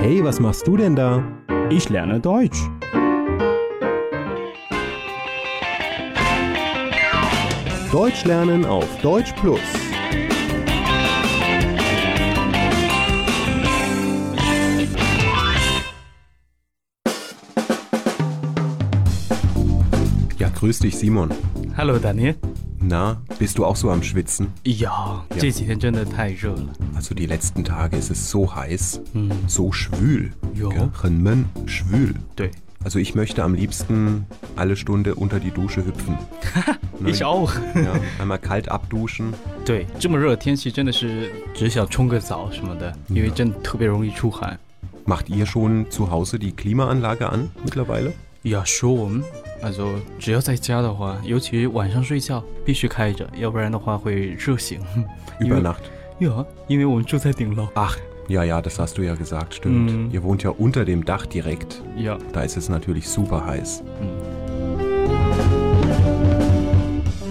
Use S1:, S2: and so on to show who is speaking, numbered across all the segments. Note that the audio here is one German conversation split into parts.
S1: Hey, was machst du denn da?
S2: Ich lerne Deutsch.
S1: Deutsch lernen auf Deutsch Plus. Ja, grüß dich, Simon.
S2: Hallo Daniel.
S1: Na, bist du auch so am Schwitzen?
S2: Ja,这几天真的太热了。
S1: Also die letzten Tage ist es so heiß,
S2: Mhm.
S1: so schwül.
S2: Ja.
S1: gell? Renmen, schwül.
S2: 对
S1: Also ich möchte am liebsten alle Stunde unter die Dusche hüpfen. Ne?
S2: ，ich auch。
S1: Ja, einmal kalt abduschen.
S2: 对，这么热的天气真的是只想冲个澡什么的，因为真的特别容易出汗。
S1: Macht ihr schon zu Hause die Klimaanlage an mittlerweile?
S2: Ja schon. Also 只要在家的话，尤其晚上睡觉必须开着，要不然的话会热醒。因
S1: Über
S2: 为
S1: Nacht.
S2: Ja，因为我们住在顶楼。
S1: Ach, ja, ja, das hast du ja gesagt, stimmt.
S2: Mhm.
S1: Ihr wohnt ja unter dem Dach direkt.
S2: Ja.
S1: Da ist es natürlich super heiß.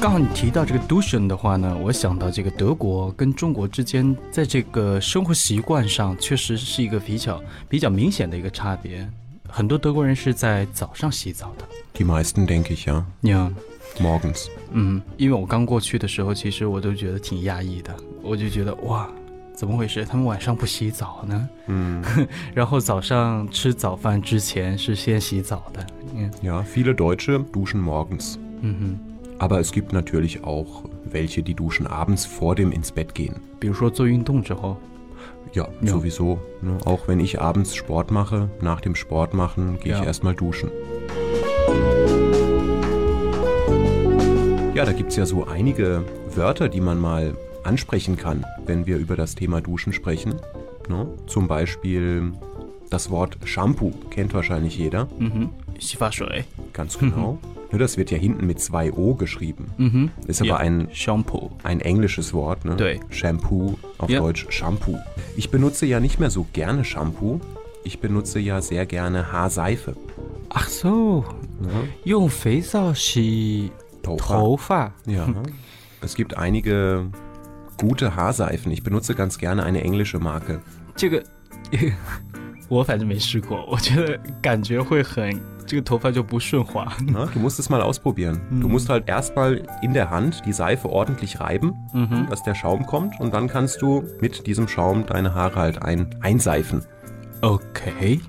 S2: 刚好你提到这个 Duschen 的话呢，我想到这个德国跟中国之间在这个生活习惯上确实是一个比较比较明显的一个差别。很多德国人是在早上洗澡的。
S1: Die meisten, denke ich, ja.
S2: 你看，
S1: Morgens.
S2: 嗯，因为我刚过去的时候，其实我都觉得挺压抑的，我就觉得哇，怎么回事？他们晚上不洗澡呢？
S1: Mhm.
S2: 然后早上吃早饭之前是先洗澡的。嗯
S1: Ja, viele Deutsche duschen morgens.
S2: 嗯哼。
S1: Aber es gibt natürlich auch welche, die duschen abends vor dem ins Bett gehen.
S2: 比如说做运动之后，
S1: Ja,
S2: Ja.
S1: sowieso. Ne? Auch wenn ich abends Sport mache, nach dem Sport machen gehe
S2: Ja.
S1: ich erstmal duschen. Ja, da gibt es ja so einige Wörter, die man mal ansprechen kann, wenn wir über das Thema Duschen sprechen. Ne? Zum Beispiel das Wort Shampoo kennt wahrscheinlich jeder,
S2: 嗯哼，洗发水，
S1: ganz genau. Nur das wird ja hinten mit zwei O geschrieben.
S2: 嗯
S1: Ist aber
S2: Mhm. Ja.
S1: ein
S2: 哼，shampoo，
S1: ein englisches Wort, ne?
S2: Dui.
S1: Shampoo, auf
S2: Ja.
S1: Deutsch Shampoo. Ich benutze ja nicht mehr so gerne Shampoo. Ich benutze ja sehr gerne Haarseife.
S2: 啊，so，用肥皂洗
S1: 头发
S2: 头发，
S1: Ja. es gibt einige gute Haarseifen. Ich benutze ganz gerne eine englische Marke.
S2: 这个 我反正没试过，我觉得感觉会很，这个头发就不顺滑。
S1: Na, ne? du musst es mal ausprobieren. Du musst halt erstmal in der Hand die Seife ordentlich reiben, dass der Schaum kommt. Und dann kannst du mit diesem Schaum deine Haare halt ein, einseifen.
S2: OK，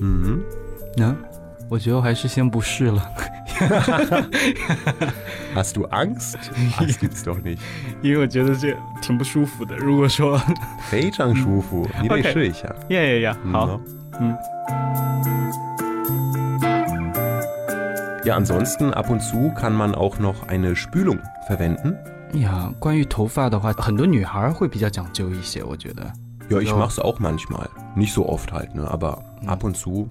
S2: 嗯
S1: Mhm.
S2: 那我觉得我还是先不试了，
S1: Hast du Angst? Das gibt's doch nicht.
S2: 因为我觉得这挺不舒服的。如果说，
S1: 非常舒服，你得试一下。
S2: 呀呀呀，好，嗯。
S1: Ja, ansonsten ab und zu kann man auch noch eine Spülung verwenden.
S2: 哎呀，关于头发的话，很多女孩会比较讲究一些，我觉得。
S1: Ja, ich
S2: Ja.
S1: mach's auch manchmal. Nicht so oft halt, ne? Aber ab und zu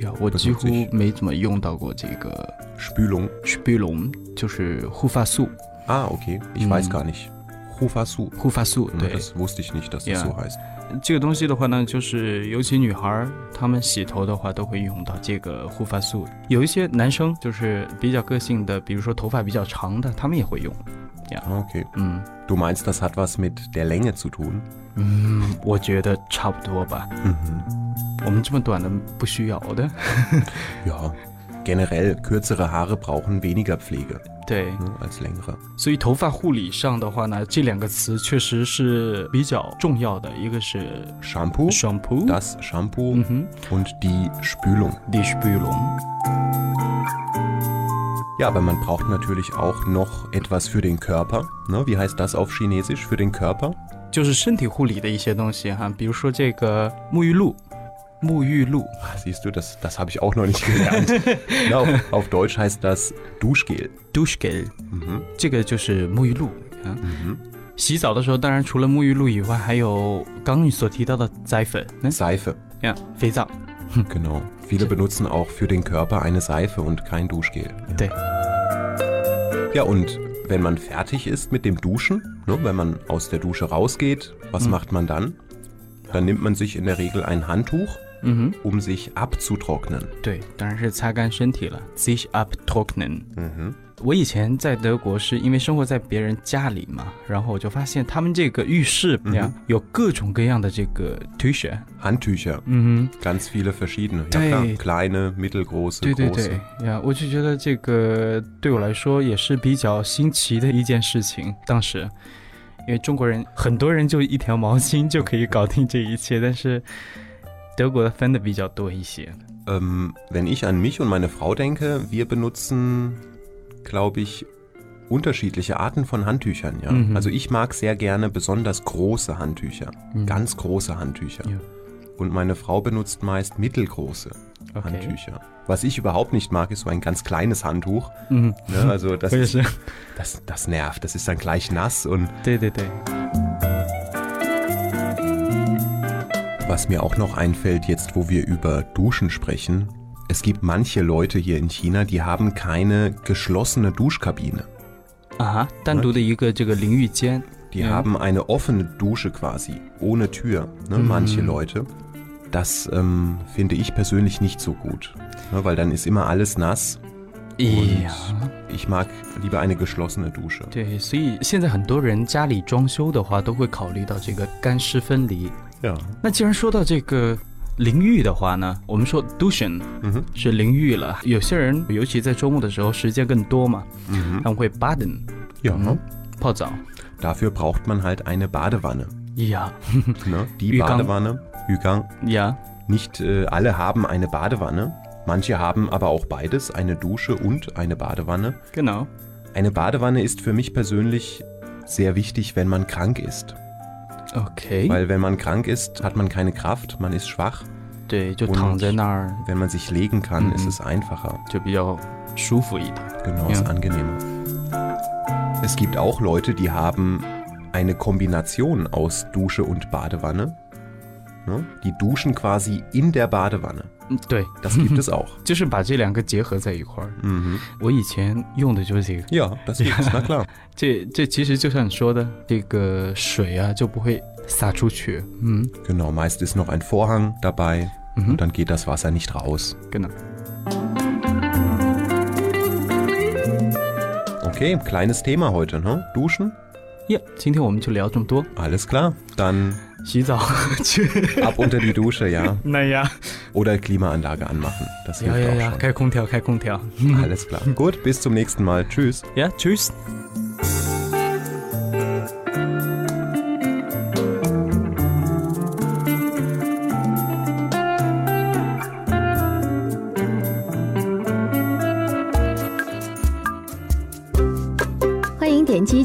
S2: 呀，我
S1: 不
S2: 几
S1: 能
S2: 乎
S1: 自己
S2: 没怎么用到过这个
S1: Spülung.
S2: s p i l o n 就是护发素，
S1: Ah, okay. Ich
S2: Mhm.
S1: weiß gar nicht. Hufasu.
S2: 护发素
S1: Ne,
S2: 对。
S1: Das wusste ich nicht, dass das
S2: Ja.
S1: so heißt.
S2: 这个东西的话呢，就是尤其女孩儿，她们洗头的话都会用到这个护发素。有一些男生就是比较个性的，比如说头发比较长的，他们也会用。
S1: Ah, okay.
S2: 嗯
S1: Du meinst, das hat was mit der Länge zu tun?
S2: 嗯，我觉得差不多吧。
S1: Mhm.
S2: 我们这么短的不需要的。
S1: Ja. Generell, kürzere Haare brauchen weniger Pflege
S2: 对，
S1: ne, als längere.
S2: 所以头发护理上的话呢，这两个词确实是比较重要的，一个是
S1: Shampoo, Hm.
S2: shampoo，
S1: das Shampoo
S2: 嗯哼
S1: und die Spülung.
S2: d i s p u l o n
S1: Ja, aber man braucht natürlich auch noch etwas für den Körper. Ne? Wie heißt das auf Chinesisch? Für den Körper?
S2: 就是身体护理的一些东西哈，比如说这个沐浴露，沐浴露，
S1: Ah, siehst du, das, das habe ich auch noch nicht gelernt. Na, auf, auf Deutsch heißt das Duschgel.
S2: douchegel，
S1: Mhm.
S2: 这个就是沐浴露啊。洗澡的时候，当然除了沐浴露以外，还有刚刚你所提到的仔粉，嗯，
S1: Seife,
S2: 呀，肥皂，
S1: genau. Viele benutzen auch für den Körper eine Seife und kein Duschgel.
S2: 对，
S1: Ja, und wenn man fertig ist mit dem Duschen, ne, wenn man aus der Dusche rausgeht, was macht man dann? Dann nimmt man sich in der Regel ein Handtuch,
S2: 嗯
S1: um sich abzutrocknen.
S2: 哼，对，当然是擦干身体了。Sich abtrocknen，
S1: Mhm.
S2: 我以前在德国是因为生活在别人家里嘛，然后我就发现他们这个浴室呀、有各种各样的这个 T 恤，
S1: Handtücher,
S2: 嗯哼，
S1: ganz viele verschiedene.
S2: Hey.
S1: Ja, klar. Kleine, mittelgroße,
S2: 对对
S1: große.
S2: 对呀，我就觉得这个对我来说也是比较新奇的一件事情。当时，因为中国人很多人就一条毛巾就可以搞定这一切，但是德国的分的比较多一些。
S1: Ähm, wenn ich an mich und meine Frau denke, wir benutzen, glaube ich, unterschiedliche Arten von Handtüchern. Ja?
S2: Mhm.
S1: Also ich mag sehr gerne besonders große Handtücher,
S2: 嗯
S1: ganz große Handtücher.
S2: Mhm. Ja.
S1: Und meine Frau benutzt meist mittelgroße
S2: OK，
S1: Handtücher. Was ich überhaupt nicht mag, ist so ein ganz kleines Handtuch.
S2: 嗯，
S1: Ne? Also das,
S2: 我也是，
S1: das, das nervt. Das ist dann gleich nass und
S2: 对对对，
S1: Was mir auch noch einfällt, jetzt wo wir über Duschen sprechen, es gibt manche Leute hier in China, die haben keine geschlossene Duschkabine.
S2: 啊，单独的一个这个淋浴间，
S1: Die
S2: Ja.
S1: haben eine offene Dusche quasi, ohne Tür, ne, manche Leute. Das ähm, finde ich persönlich nicht so gut, ne, weil dann ist immer alles nass.
S2: 哎呀。
S1: Ich mag lieber eine geschlossene Dusche.
S2: 对，所以现在很多人家里装修的话，都会考虑到这个干湿分离。
S1: Ja.
S2: 那既然说到这个淋浴的话呢，我们说 duschen
S1: Mhm.
S2: 是淋浴了，有些人尤其在周末的时候时间更多嘛，
S1: Mhm.
S2: 他们会 baden 嗯
S1: Ja.
S2: 泡澡。
S1: Mhm. Dafür braucht man halt eine Badewanne.
S2: 呀
S1: Ne? Die
S2: Yugang.
S1: Badewanne, Yugang,
S2: 呀，
S1: Nicht äh, alle haben eine Badewanne. Manche haben aber auch beides, eine Dusche und eine Badewanne.
S2: 跟 o
S1: Eine Badewanne ist für mich persönlich sehr wichtig, wenn man krank ist.
S2: OK，
S1: Weil wenn man krank ist, hat man keine Kraft, man ist schwach.
S2: 对，就躺在那儿
S1: Wenn man sich legen kann,
S2: Mhm.
S1: ist es einfacher.
S2: 就比较舒服一点。
S1: Genau,
S2: Ja.
S1: ist angenehmer. Es gibt auch Leute, die haben eine Kombination aus Dusche und Badewanne. Ne? Die duschen quasi in der Badewanne.
S2: 嗯，对，
S1: Das gibt es auch.
S2: 就是把这两个结合在一块儿。
S1: Mhm.
S2: 我以前用的就是这个。
S1: Ja, das gibt es, na klar.
S2: 这这其实就像你说的，这个水啊就不会洒出去。嗯
S1: Genau, meist ist noch ein Vorhang dabei und
S2: 嗯
S1: dann geht das Wasser nicht raus.
S2: 跟哪？
S1: Okay, kleines Thema heute, ne? Duschen?
S2: 耶今天我们就聊这么多，
S1: Alles klar. Dann
S2: 洗澡 去
S1: ab unter die Dusche, ja.
S2: 那呀
S1: Oder Klimaanlage anmachen. Das
S2: 呀
S1: hilft
S2: 呀
S1: auch
S2: 呀，开空调，开空调
S1: schon. Alles klar. Gut, bis zum nächsten Mal. Tschüss.
S2: 呀，cheers。
S3: 欢迎点击